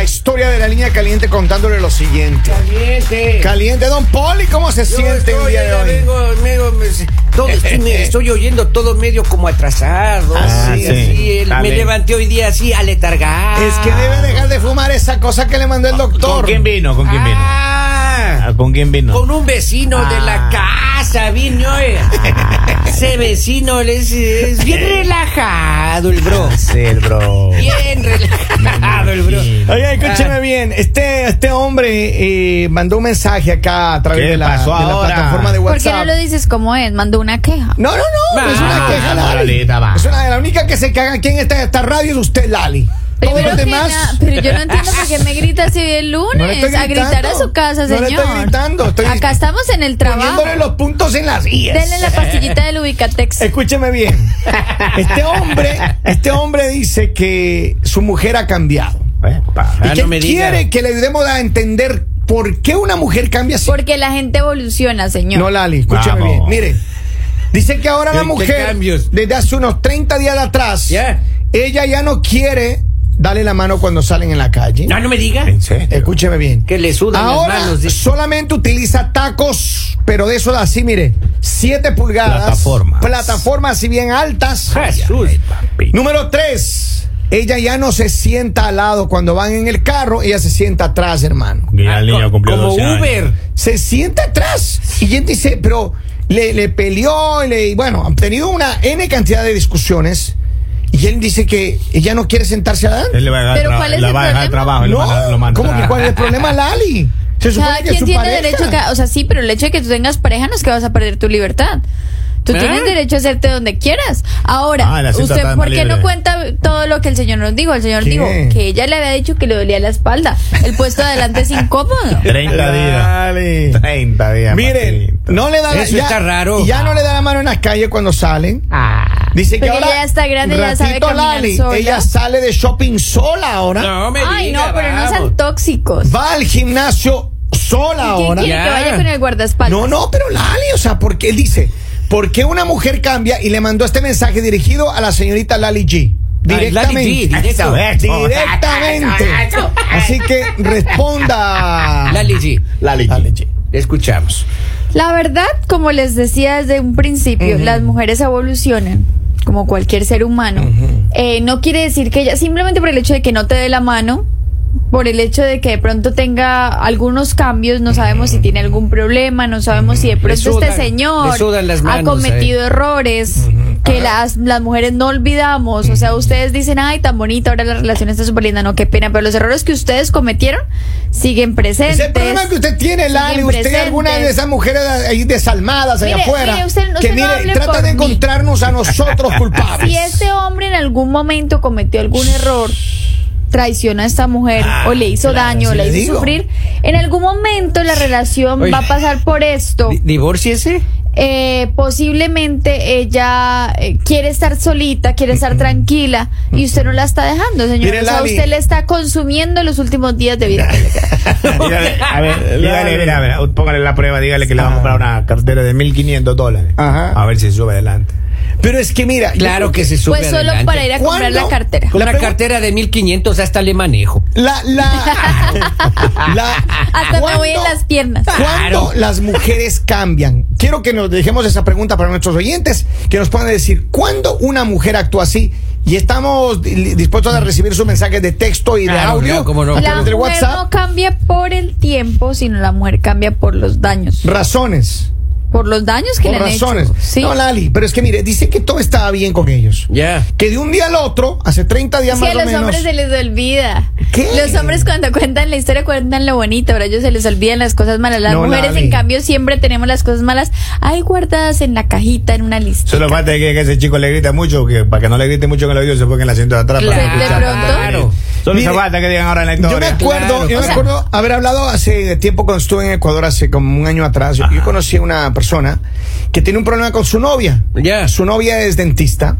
este caliente contándole lo siguiente. Caliente. Caliente, don Poli, ¿cómo se Yo siente el estoy, día de oiga, hoy? vengo, medio- me, todo- me estoy oyendo todo medio como atrasado. Ah, así, sí. así, el- Dale. me levanté hoy día así aletargado. Es que debe dejar de fumar esa cosa que le mandó el Ah. ¿Con doctor. quién vino? ¿Con quién vino? Ah, Ah, ¿Con quién vino? con un vecino de Ah. la casa, vino. eh. Ese vecino es, es bien relajado el bro. Sí, el bro. Bien relajado el bro. Oye, Ah. escúcheme bien, este, este hombre eh, mandó un mensaje acá a través ¿Qué de la, pasó de la ahora? plataforma de ¿Por qué no WhatsApp. lo dices como es? Mandó una queja. No, no, no, Va, es una Ah, va, queja, va, Lali. Lalita, va. Es una de las únicas que se caga aquí en esta, esta radio es usted, Lali. Todos Primero los que demás. nada, pero yo no entiendo por qué me grita así el lunes. No le estoy a gritar a gritando. su casa, No le señor. estoy gritando, estoy Acá estamos en el trabajo. Poniéndole Eh, los puntos en las IES. Denle la pastillita del Ubicatex. Escúcheme bien. Este hombre, este hombre dice que su mujer ha cambiado. Epa. Y Ah, que no me diga. quiere que le ayudemos a entender por qué una mujer cambia así. Porque la gente evoluciona, señor. No, Lali, escúcheme Vamos. bien. Mire, dice que ahora ¿Qué- la qué mujer, cambios? desde hace unos 30 días atrás, Ya. ella ya no quiere darle la mano cuando salen en la calle. No, no me diga. ¿En serio? Escúcheme bien. Que le sudan Ahora las manos. dice. solamente utiliza tacos, pero de esos así, mire, 7 pulgadas. Plataformas. Plataformas así bien altas. Jesús. Papi. Número 3. Ella ya no se sienta al lado cuando van en el carro, ella se sienta atrás, hermano. Que ya el Ah, niño cumplió como 12 años. Uber. se sienta atrás y él dice, pero le, le peleó, y le, y bueno, han tenido una N cantidad de discusiones y él dice que ella no quiere sentarse adelante. Él le va a dejar, Pero tra- ¿cuál es la el va a dejar problema? trabajo. y lo manda- lo No, manda- ¿cómo que cuál es el problema, Lali? Se supone Cada que es quien su tiene pareja. derecho a... O sea, sí, pero el hecho de que tú tengas pareja no es que vas a perder tu libertad. Tú ¿Ah? tienes derecho a hacerte donde quieras. Ahora, Ah, el asunto ¿usted está por qué libre. no cuenta todo lo que el señor nos dijo? El señor ¿Qué? dijo que ella le había dicho que le dolía la espalda. El puesto de adelante es incómodo. 30 días. Lali. 30 días. Miren, papito. no le da la- Eso está raro. Ya no le da la mano en las calles cuando salen. Ah. Dice que Porque ahora ella ya está grande, ya sabe ratito, caminar Lali, sola. ella sale de shopping sola ahora. No me Ay, no, diga. pero no vamos. sean tóxicos. Va al gimnasio sola ¿Y quién ahora. quiere que Ya. vaya con el guardaespaldas? No, no, pero Lali, o sea, porque él dice, ¿por qué una mujer cambia? Y le mandó este mensaje dirigido a la señorita Lali G. Ay, Lali G, Directamente. directo. directamente. Así que responda. Lali G, Lali. Lali G. le Ah. escuchamos. La verdad, como les decía desde un principio, las mujeres evolucionan como cualquier ser humano. Eh, no quiere decir que ella, simplemente por el hecho de que no te dé la mano, por el hecho de que de pronto tenga algunos cambios, no sabemos si tiene algún problema, no sabemos si de pronto sudan, este le señor sudan las ha manos, eh. cometido errores que las, las mujeres no olvidamos. O sea, ustedes dicen, ay, tan bonita, ahora la relación está súper linda, no, qué pena, pero los errores que ustedes cometieron siguen presentes. Ese es el problema que usted tiene, Lali. siguen Usted es alguna de presentes. esas mujeres ahí desalmadas allá Mire, afuera. mire, usted- usted que no mire, hable trata por de mí. encontrarnos a nosotros culpables. Si este hombre en algún momento cometió algún error, traiciona a esta mujer o le hizo daño Ah, o sí la le hizo digo. sufrir, en algún momento la relación Oye. va a pasar por esto. Di- ¿Divórciese? Eh, posiblemente ella eh, quiere estar solita, quiere estar tranquila y usted no la está dejando, señor. Mire, O sea, Lali. usted le está consumiendo los últimos días de vida. Dígale, a ver, dígale, Lali. mira, mira, póngale la prueba, dígale que le vamos a comprar una cartera de 1500 dólares. Ah. Ajá. A ver si sube adelante. Pero es que mira, Claro que se sube Pues solo adelante. para ir a comprar la ¿Cuándo? cartera. Con La una pregu- cartera de 1500 hasta le manejo. La, la, la- Hasta me voy en ¿cuándo- las piernas. ¿Cuándo Claro. las mujeres cambian? Quiero que nos dejemos esa pregunta para nuestros oyentes, que nos puedan decir, ¿cuándo una mujer actúa así? Y estamos di- dispuestos a recibir sus mensajes de texto y de Claro, audio claro, cómo no. a La través del mujer WhatsApp. no cambia por el tiempo, sino la mujer cambia por los daños. Razones, Por los daños por que le han razones. hecho. Sí. No, Lali, pero es que mire, dice que todo estaba bien con ellos. Ya. Que de un día al otro, hace 30 días Sí, más a los o menos. hombres se les olvida. ¿Qué? Los hombres cuando cuentan la historia cuentan lo bonito, pero a ellos se les olvidan las cosas malas. Las No, mujeres, Lali. en cambio, siempre tenemos las cosas malas ahí guardadas en la cajita, en una lista. Solo falta que, que ese chico le grita mucho, que para que no le grite mucho en el oído se ponga en el asiento de atrás para Claro. no escuchar De tanto pronto. grito. Solo Mire, se falta que digan ahora en la historia. Yo me acuerdo, Claro, yo o me sea- acuerdo haber hablado hace tiempo cuando estuve en Ecuador, hace como un año atrás. Yo, yo conocí a una persona que tiene un problema con su novia. Ya. Su novia es dentista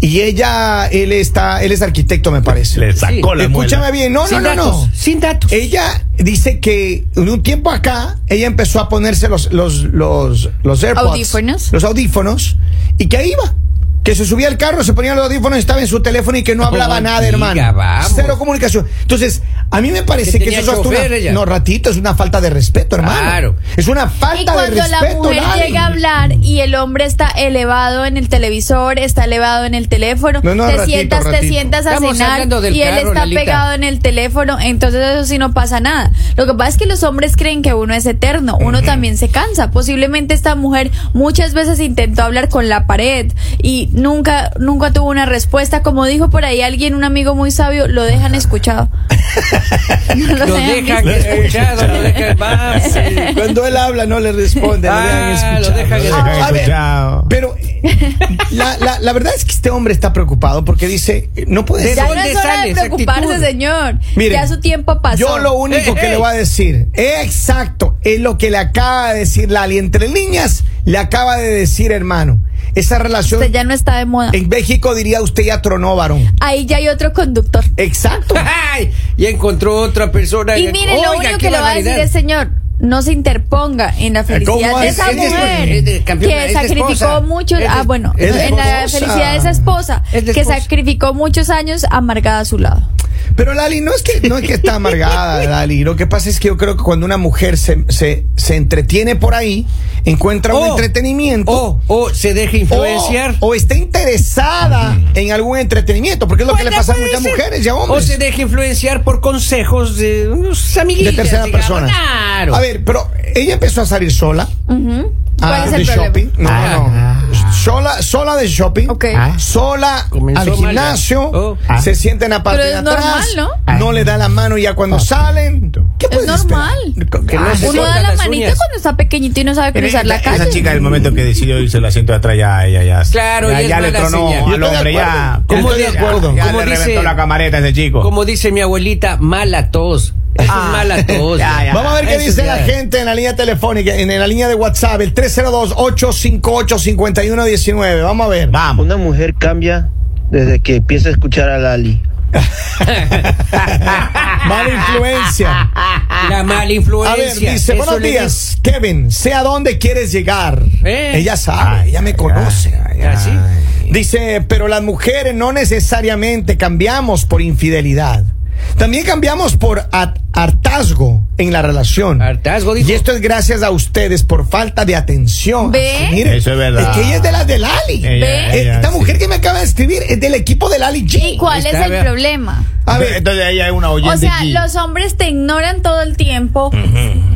y ella, él está, él es arquitecto, me parece. Le sacó Sí. la Escúchame muela. bien, no, no, Sin no, datos, no. Sin Eh, datos. Ella dice que en un tiempo acá, ella empezó a ponerse los, los, los, los AirPods. Audífonos. Los audífonos. Y que ahí iba. que se subía al carro, se ponía los audífonos, estaba en su teléfono y que no hablaba Oh, nada, diga, hermano. vamos. Cero comunicación. Entonces, a mí me parece Que que, tenía eso es hasta chofer ella. una, No, ratito, es una falta de respeto, hermano. Claro. Es una Y falta de cuando respeto. la mujer Lali. llega a hablar y el hombre está elevado en el televisor, está elevado en el teléfono, No, no, te ratito, sientas, te ratito. sientas a Estamos cenar hablando del y él carro, está Lalita. pegado en el teléfono, entonces eso sí no pasa nada. Lo que pasa es que los hombres creen que uno es eterno, uno también se cansa. Posiblemente esta mujer muchas veces intentó hablar con la pared y nunca, nunca tuvo una respuesta. Como dijo por ahí alguien, un amigo muy sabio, lo dejan escuchado. No Lo dejan escuchado, lo dejan más. eh. Cuando él habla, no le responde. lo dejan Ah, escuchar. lo dejan Lo escuchar. dejan A ver, escuchado. Pero eh, la, la- la verdad es que este hombre está preocupado porque dice, no puede ¿De ser. Ya no dónde es hora sale de esa preocuparse, actitud? señor. Miren, ya su tiempo pasó. Yo lo único Ey, que ey. le voy a decir, exacto, es lo que le acaba de decir Lali. Entre líneas, le acaba de decir, hermano, esa relación Usted ya no está de moda. en México diría usted ya tronó, varón. Ahí ya hay otro conductor. Exacto. Ay, y encontró otra persona. Y mire, lo Oiga, único qué que le va a decir barbaridad. el señor. No se interponga en la felicidad ¿Cómo de es? esa Es de- mujer es de- campeona, es que de sacrificó esposa. muchos. Es de- Ah, bueno, es de en la esposa. felicidad de esa esposa Es de que esposa. sacrificó muchos años amargada a su lado. Pero Lali, no es que, no es que está amargada, Lali. Lo que pasa es que yo creo que cuando una mujer se, se, se entretiene por ahí, encuentra un O- entretenimiento. Oh, O, o Oh, se deja influenciar. O, o está interesada en algún entretenimiento, porque es lo que le Puede- pasa a Pues puede muchas ser. mujeres y a O hombres. se deja influenciar por consejos de unos amiguitos. de terceras personas. Claro. A ver, pero ella empezó a salir sola. Ujú. ah, ¿Cuál es el de problema? shopping. No, Ah. no. Sola, sola de shopping. Ok. Ah. Sola Comenzó al mal ya. gimnasio. Oh. Ah. Se sienten a partir Pero es de atrás. normal, ¿no? le da la mano ya cuando Ah. salen. ¿Qué Es puedes esperar? normal. Que no Pues, se- Ah, sí. Uno da cortan la las manita uñas. cuando está pequeñito y no sabe Pero cruzar la esta- calle. Esa chica, el momento que decidió irse al asiento de atrás, ya, ella ya. Claro, ya, ya es le mala tronó señal. Yo al estoy de hombre, ya. acuerdo. Ya ¿Cómo le- de acuerdo? Ya, ¿Cómo le dice- reventó la camareta a ese chico. Como dice mi abuelita, mala tos. Eso Ah. es mala tos. Ya, ya. Vamos a ver qué Eso dice ya. la gente en la línea telefónica, en la línea de WhatsApp, el 302-858-5119. Vamos a ver. Vamos. Una mujer cambia desde que empieza a escuchar a Lali. Mala influencia. La mala A ver, influencia. dice, Eso buenos le días, Kevin, sé a dónde quieres llegar. Eh. Ella sabe, ella me conoce. Ah, Ah, dice. Así. Dice, pero las mujeres no necesariamente cambiamos por infidelidad. También cambiamos por at- hartazgo en la relación. Hartazgo, dijo. Y esto es gracias a ustedes por falta de atención. Ah, ¿Ve? Mire, Eso es verdad. que ella es de las de Lali. Ella- Eh, ella, Esta sí. mujer que me acaba de escribir es del equipo de Lali ¿Y G. cuál es Está, el vea. problema? A ver, entonces ella es una oyente. O sea, aquí. los hombres te ignoran todo el tiempo,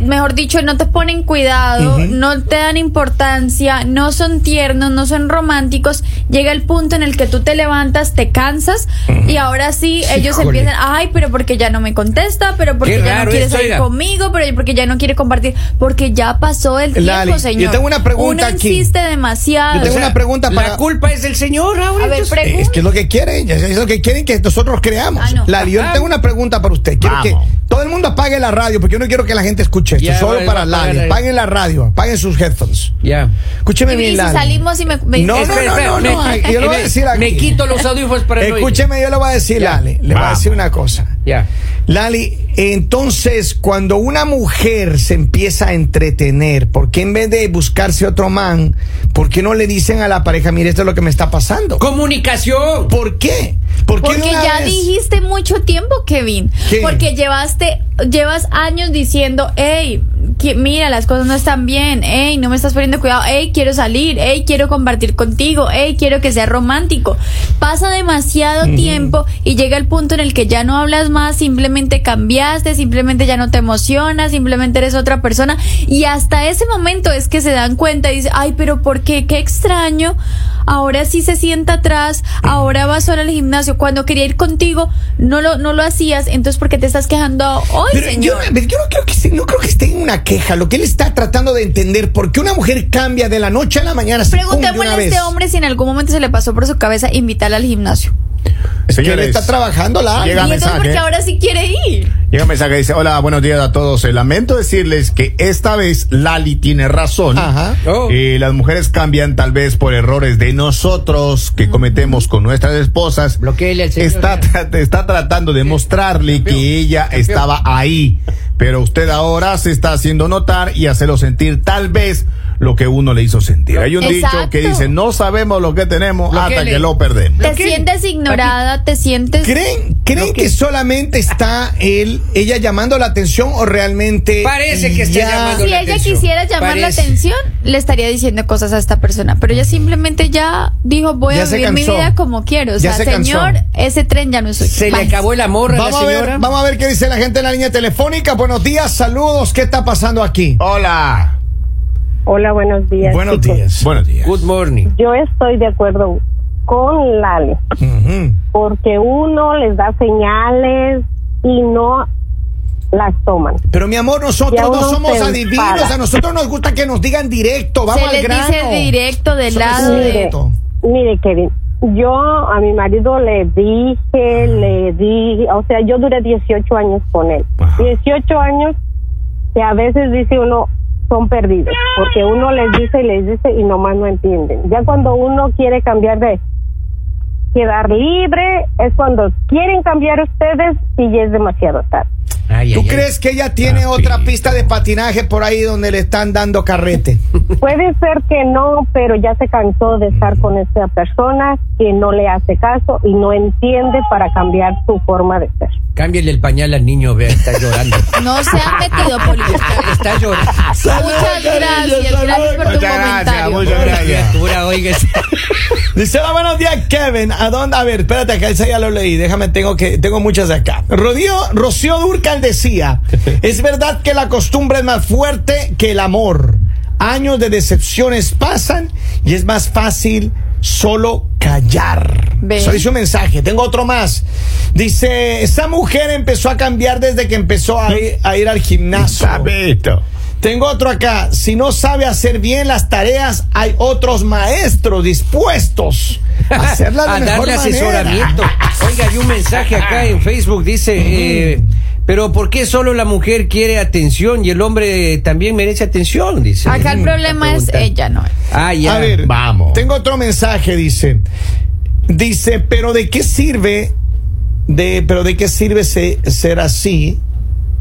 mejor dicho, no te ponen cuidado, no te dan importancia, no son tiernos, no son románticos. Llega el punto en el que tú te levantas, te cansas y ahora sí ellos Híjole. empiezan, ay, pero porque ya no me contesta, pero porque Qué ya raro no quiere esto, salir oiga. conmigo, pero porque ya no quiere compartir, porque ya pasó el tiempo, Lali, yo señor. tengo una pregunta Uno aquí. insiste demasiado. Yo tengo O sea, una pregunta para- La culpa es del señor ahora. A ver, entonces. pregunta. Es que es lo que quieren, es es lo que quieren que nosotros creamos. Ah, no. Lali, yo Ah. tengo una pregunta para usted. Quiero que Vamos. todo el mundo apague la radio, porque yo no quiero que la gente escuche esto. Ya, solo va- va a para apagar Lali. ahí. Apaguen la radio, apaguen sus headphones. Ya. Escúcheme Y bien, si Lali. salimos y me- me- No, no, Eh, Espera, espera, no, no, me- no, yo lo voy a me- decir aquí. Me quito los audífonos para no Escúcheme, yo le voy a decir, Ya. Lali. Le voy a Vamos. decir una cosa. oír. Ya. Lali, entonces cuando una mujer se empieza a entretener, ¿por qué en vez de buscarse otro man, por qué no le dicen a la pareja, mire, esto es lo que me está pasando? Comunicación. ¿Por qué? ¿Por qué de Porque una ya vez? dijiste mucho tiempo, Kevin. ¿Qué? Porque llevaste, llevas años diciendo, hey, mira, las cosas no están bien, hey, no me estás poniendo cuidado, hey, quiero salir, hey, quiero compartir contigo, hey, quiero que sea romántico. Pasa demasiado tiempo y llega el punto en el que ya no hablas más, simplemente cambiaste, simplemente ya no te emocionas, simplemente eres otra persona. Y hasta ese momento es que se dan cuenta y dicen, ay, pero ¿por qué? Qué extraño. Ahora sí se sienta atrás, ahora va solo al gimnasio. Cuando quería ir contigo, no lo, no lo hacías. Entonces, ¿por qué te estás quejando hoy, Pero yo, señor? pero yo no, creo que esté, no creo que esté en una queja. Lo que él está tratando de entender, ¿por qué una mujer cambia de la noche a la mañana? así, pum, de Preguntémosle una a este vez? hombre si en algún momento se le pasó por su cabeza invitarla al gimnasio. Que le Señores, está trabajando la Llega y eso es mensaje. porque ahora sí quiere ir. Llega un mensaje que dice, hola, buenos días a todos. Eh, Lamento decirles que esta vez Lali tiene razón. Ajá. Oh. Eh, las mujeres cambian tal vez por errores de nosotros que cometemos con nuestras esposas. Bloquéele al señor. Está, tra- está tratando de mostrarle Campeón, que ella campeón. estaba ahí, pero usted ahora se está haciendo notar y hacerlo sentir tal vez lo que uno le hizo sentir. Hay un dicho Exacto. que dice, no sabemos lo que tenemos Lo hasta que que, le- lo perdemos. Te sientes ignorada, te sientes. ¿Creen, creen que solamente está él, ella llamando la atención o realmente. Parece que está llamando Si la ella atención. quisiera llamar Parece. la atención, le estaría diciendo cosas a esta persona, pero ella simplemente ya dijo, voy Ya a se vivir mi cansó. vida como quiero. O Ya se sea, cansó. señor, ese tren ya no es suyo. Se le Bye. acabó el amor a la Vamos a, ver, señora. vamos a ver qué dice la gente en la línea telefónica. Buenos días, saludos. ¿Qué está pasando aquí? Hola. Hola, buenos días. Buenos chicos. días. Buenos días. Good morning. Yo estoy de acuerdo con Lali, Ujú. porque uno les da señales y no las toman. Pero mi amor, Ya nosotros no uno somos se adivinos. enfada. A nosotros nos gusta que nos digan directo. Vamos Se al les grano. dice directo de Eso lado. es de- Mire, Exacto. mire, Kevin, yo a mi marido le dije, le dije, o sea, yo duré 18 años con él. Ajá. 18 años que a veces dice uno son perdidos, porque uno les dice y les dice y nomás no entienden. Ya cuando uno quiere cambiar de quedar libre, es cuando quieren cambiar ustedes y ya es demasiado tarde. Ay, ¿Tú ay, ay. crees que ella tiene Papito. otra pista de patinaje por ahí donde le están dando carrete? Puede ser que no, pero ya se cansó de estar con esta persona que no le hace caso y no entiende para cambiar su forma de ser. Cámbiale el pañal al niño, vea, está llorando. No se han metido, Poli. Está, está llorando. Muchas gracias, gracias por tu Muchas gracias, comentario. muchas Pobre gracias. criatura, oiga. Dice, "Hola, buenos días, Kevin. ¿A dónde? A ver, espérate, acá esa ya lo leí. Déjame, tengo que, tengo muchas acá. Rodío, Rocío Durcal decía, es verdad que la costumbre es más fuerte que el amor. Años de decepciones pasan y es más fácil solo callar. Ve. Eso dice un mensaje. Tengo otro más. Dice, esa mujer empezó a cambiar desde que empezó a ir, a ir al gimnasio. Papito. Tengo otro acá. Si no sabe hacer bien las tareas, hay otros maestros dispuestos a hacerlas de a mejor darle manera. asesoramiento. Oiga, hay un mensaje acá en Facebook, dice, eh, pero ¿por qué solo la mujer quiere atención y el hombre también merece atención? Dice. Acá el problema es Pregunta. ella, no él. Ah, ya. A ver, Vamos. Tengo otro mensaje, dice. Dice, pero ¿de qué sirve? De, pero ¿de qué sirve se- ser así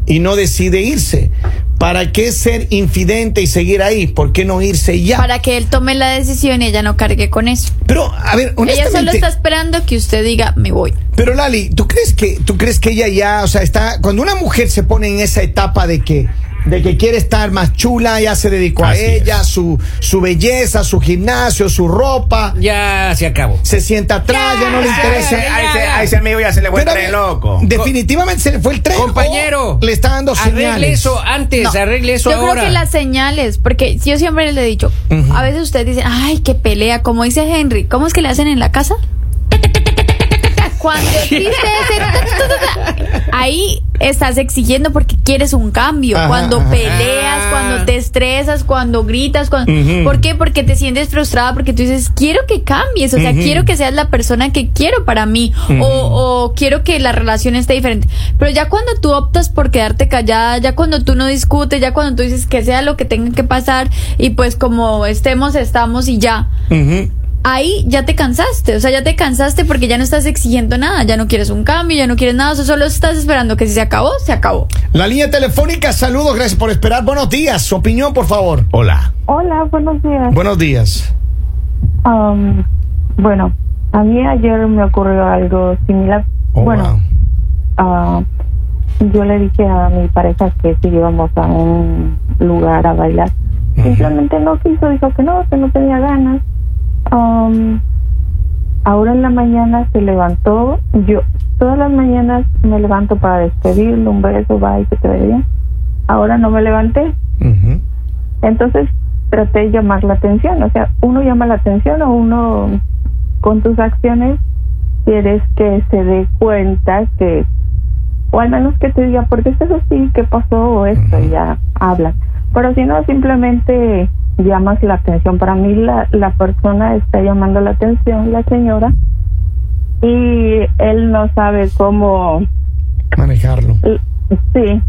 y no decide irse? ¿Para qué ser infidente y seguir ahí? ¿Por qué no irse ya? Para que él tome la decisión y ella no cargue con eso. Pero, a ver, Ella solo honestamente- está esperando que usted diga, me voy. Pero Lali, ¿tú crees que tú crees que ella ya, o sea, está cuando una mujer se pone en esa etapa de que de que quiere estar más chula, ya se dedicó Así a ella, su su belleza, su gimnasio, su ropa, Ya se acabó. se sienta atrás, ya no le ya, interesa. ya, A ese, a ese amigo ya se le fue el Espérame, tren loco. Definitivamente se le fue el tren. Compañero, o oh, Le está dando arregle señales. eso antes, No. arregle eso yo ahora. creo que las señales, porque yo siempre le he dicho, a veces ustedes dicen, ay, qué pelea, como dice Henry, ¿cómo es que le hacen en la casa? Cuando existe ese ta, ta, ta, ta, ta, ahí estás exigiendo porque quieres un cambio. Ajá, cuando ajá. peleas, cuando te estresas, cuando gritas, cuando ¿por qué? Porque te sientes frustrada porque tú dices quiero que cambies, o sea quiero que seas la persona que quiero para mí o, o quiero que la relación esté diferente. Pero ya cuando tú optas por quedarte callada, ya cuando tú no discutes, ya cuando tú dices que sea lo que tenga que pasar y pues como estemos estamos y ya. Ujú. Ahí ya te cansaste, o sea, ya te cansaste porque ya no estás exigiendo nada, ya no quieres un cambio, ya no quieres nada, o sea, solo estás esperando que si se acabó, se acabó. La línea telefónica, saludos, gracias por esperar. Buenos días, su opinión, por favor. Hola. Hola, buenos días. Buenos días. Am, bueno, a mí ayer me ocurrió algo similar. Oh, bueno, wow. ah, yo le dije a mi pareja que si íbamos a un lugar a bailar. Simplemente no quiso, dijo que no, que no tenía ganas. Am, Um, ahora en la mañana se levantó. Yo todas las mañanas me levanto para despedirle un beso, bye, que te vaya bien. Ahora no me levanté. Ujú. Entonces traté de llamar la atención, o sea, uno llama la atención o uno con tus acciones quieres que se dé cuenta que, o al menos que te diga, ¿por qué estás así? ¿Qué pasó? O esto, y ya hablas. Pero si no, simplemente llamas la atención. Para mí la, la persona está llamando la atención, la señora, y él no sabe cómo, Manejarlo. sí,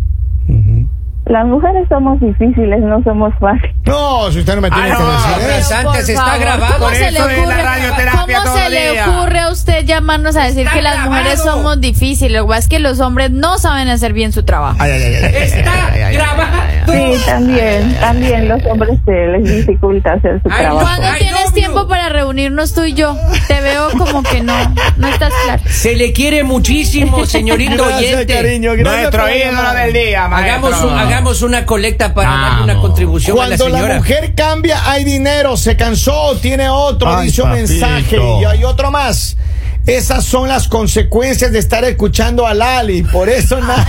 Ujú. Las mujeres somos difíciles, no somos fáciles. No, si usted no me tiene Ah, que no, ¿eh? decir pero eso. Santa, Por se está favor, grabando. ¿Cómo Por se le eso es la ocurre, radioterapia ¿cómo todo se le día. ocurre a usted llamarnos a decir Está que las grabado. mujeres somos difíciles? Lo que pasa es que los hombres no saben hacer bien su trabajo. Ay, ay, ay, ay, ay, Está ay, ay, ay. grabando. Sí, también, también los hombres se les dificulta hacer su Ay, trabajo. ¿Cuándo Ay, tienes novio. tiempo para reunirnos tú y yo? Te veo como que no, no estás claro. Se le quiere muchísimo, señorito Gracias, oyente. cariño. gracias por la llamada. día, Ah, Hagamos, un- hagamos una colecta para darle una Vamos. contribución a la Cuando la, señora. mujer cambia, hay dinero, se cansó, tiene otro, Ay, dice un papito. mensaje y hay otro más. Esas son las consecuencias de estar escuchando a Lali, por eso nada.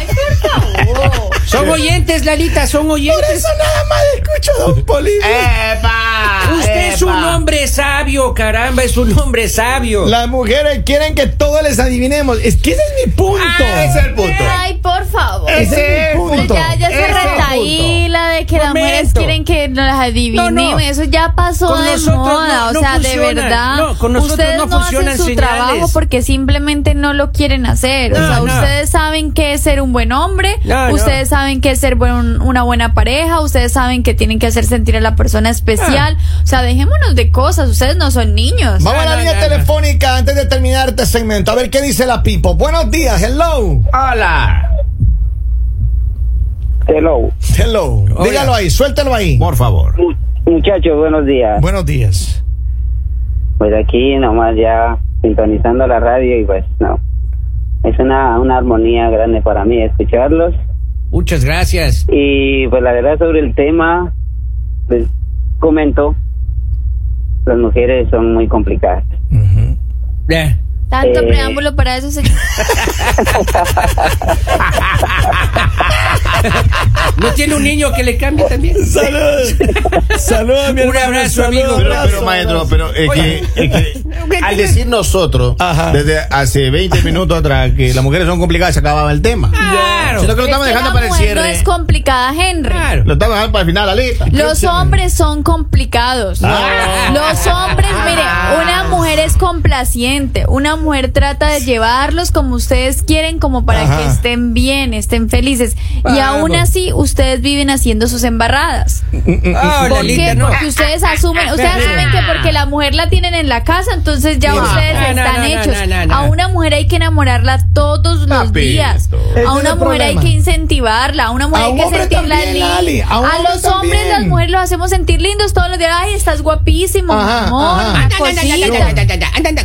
Son oyentes, Lalita, son Por oyentes. eso nada más escucho a Don Eh. Polibio. Usted es un hombre sabio, caramba, es un hombre sabio. Las mujeres quieren que todos les adivinemos. Es que ese es mi punto. Ah, Ese es el punto. Ay, por favor. Ese es mi punto. Ya, ya Ese se es el retaí punto. la de que las Momento. mujeres quieren que nos las adivinemos. No, no. Eso ya pasó Con de nosotros moda. no- no o sea, de funciona. verdad. No, con nosotros ustedes no no, hacen funcionan su señales. trabajo porque simplemente no lo quieren hacer. o No, sea, no. ustedes saben qué es ser un buen hombre. No, no. ustedes saben qué es ser buen- una buena pareja. Ustedes saben que tienen que hacer sentir a la persona especial. Ah. O sea, dejémonos de cosas. Ustedes no son niños. Vamos a la No, no, línea no, no. telefónica antes de terminar este segmento. A ver qué dice la Pipo. Buenos días, hello. Hola. Hello. Hello. Hola. Dígalo ahí, suéltalo ahí. Por favor. Mu- Muchachos, buenos días. Buenos días. Pues aquí nomás ya sintonizando la radio y pues no. Es una, una armonía grande para mí escucharlos. Muchas gracias. Y pues la verdad sobre el tema, pues comento, las mujeres son muy complicadas. Eh, Tanto Eh. preámbulo para eso, señor. ¿No tiene un niño que le cambie también? Saludos. Saludos, mi Un hermano. abrazo, Saludos, amigo. Pero, pero, abrazo, maestro, abrazo. pero es que, es que al decir nosotros, Ajá. desde hace 20 minutos atrás, que las mujeres son complicadas, se acababa el tema. Sino Claro. que lo estamos Es que dejando la para el mujer No cierre. es complicada, Henry. Claro. Lo estamos dejando para el final, Alita. Los hombres son complicados. Ah. Los hombres, mire, una mujer es complaciente. Una mujer trata de llevarlos como ustedes quieren, como para Ajá. que estén bien, estén felices. Y Vamos. aún así, ustedes viven haciendo sus embarradas. Ah, ¿Por Lalita, qué? no. Porque ustedes asumen, ustedes asumen que porque la mujer la tienen en la casa, entonces ya No. ustedes No, no, están no, no, hechos. no, no. A una mujer hay que enamorarla todos los Papito. días. Ese A es una el mujer hay problema. que incentivarla. A una mujer A hay un que hombre sentirla también, linda. Ali, a A, un hombre los hombres, también. las mujeres los hacemos sentir lindos todos los días. Ay, estás guapísimo, mi Ajá, amor, Ah, ajá. una Anda,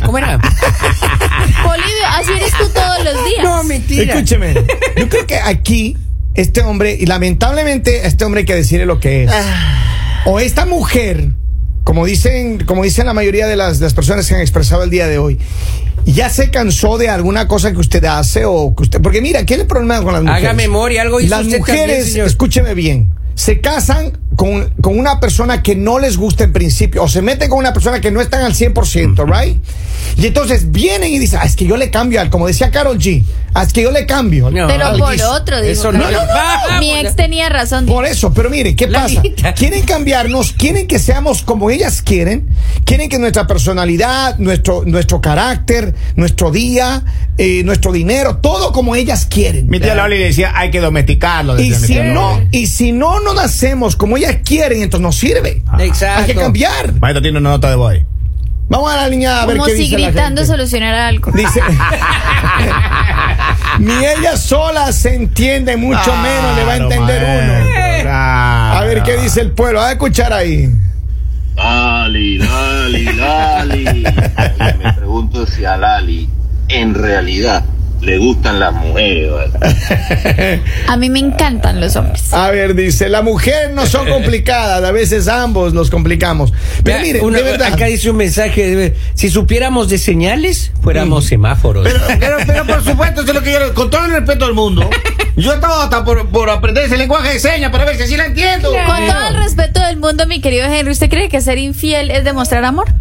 cosita. ¿Cómo era? Polibio, así eres tú todos los días. No, mentira. Escúcheme. Yo creo que aquí, este hombre, y lamentablemente, a este hombre hay que decirle lo que es. Ah. O esta mujer, como dicen, como dicen la mayoría de las, de las personas que han expresado el día de hoy, ya se cansó de alguna cosa que usted hace o que usted. Porque mira, ¿qué es el problema con las mujeres? Haga memoria, algo hizo Las usted también, mujeres, señor. escúcheme bien, se casan con, con una persona que no les gusta en principio, o se meten con una persona que no están al 100%, ¿right? Y entonces vienen y dicen, "Ah, es que yo le cambio, al, como decía Carol G, "Ah, es que yo le cambio. No. Pero al por guiso". otro, digo. Eso no. Carlos. No, no, no. Mi ex tenía razón. Por eso, pero mire, ¿qué La pasa? vida. Quieren cambiarnos, quieren que seamos como ellas quieren, quieren que nuestra personalidad, nuestro, nuestro carácter, nuestro día, eh, nuestro dinero, todo como ellas quieren. Mi tía Loli decía, hay que domesticarlo. Pues Y decía mi si tía Loli. no, y si no nos hacemos como ellas quieren, entonces no sirve. Exacto. Hay que cambiar. Maestro tiene una nota de voz. Vamos a la línea a ver Como qué si dice la gritando gente. solucionara algo. Dice. Ni ella sola se entiende, mucho menos le va a entender uno. A Ah. ver qué dice el pueblo. A escuchar ahí. Lali, Lali, Lali. Oye, me pregunto si a Lali en realidad le gustan las mujeres. ¿vale? A mí me encantan los hombres. A ver, dice, las mujeres no son complicadas, a veces ambos nos complicamos. Pero Vea, mire, una- de verdad. Acá dice un mensaje. de- si supiéramos de señales, fuéramos semáforos. Pero, pero, pero por supuesto, eso es lo que yo, con todo el respeto del mundo, yo estaba hasta por, por aprender ese lenguaje de señas para ver si así la entiendo. Con todo el respeto del mundo, mi querido Henry, ¿usted cree que ser infiel es demostrar amor?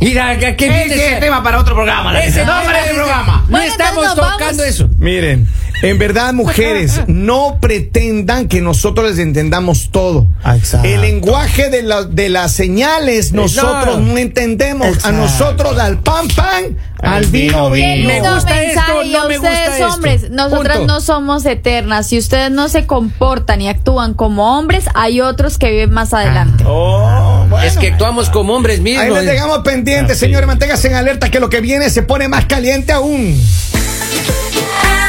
Mira, ¿a ¿qué Ese viene es tema para otro programa. la Ese verdad. no tema para este es- programa. No Bueno, estamos entonces nos tocando vamos. eso. Miren, En verdad, mujeres, no pretendan que nosotros les entendamos todo. Exacto. El lenguaje de, la- de las señales nosotros Ah, no, entendemos. A Exacto. nosotros al pan pan, al vino vino. Me Lindo gusta esto, mensaje, y no a me gusta ustedes, esto. hombres, nosotras Punto. no somos eternas. Si ustedes no se comportan y actúan como hombres, hay otros que viven más adelante. Oh, bueno. Es que actuamos como hombres Ahí mismos. les dejamos Ah, pendientes, señores. Manténganse en alerta que lo que viene se pone más caliente aún. I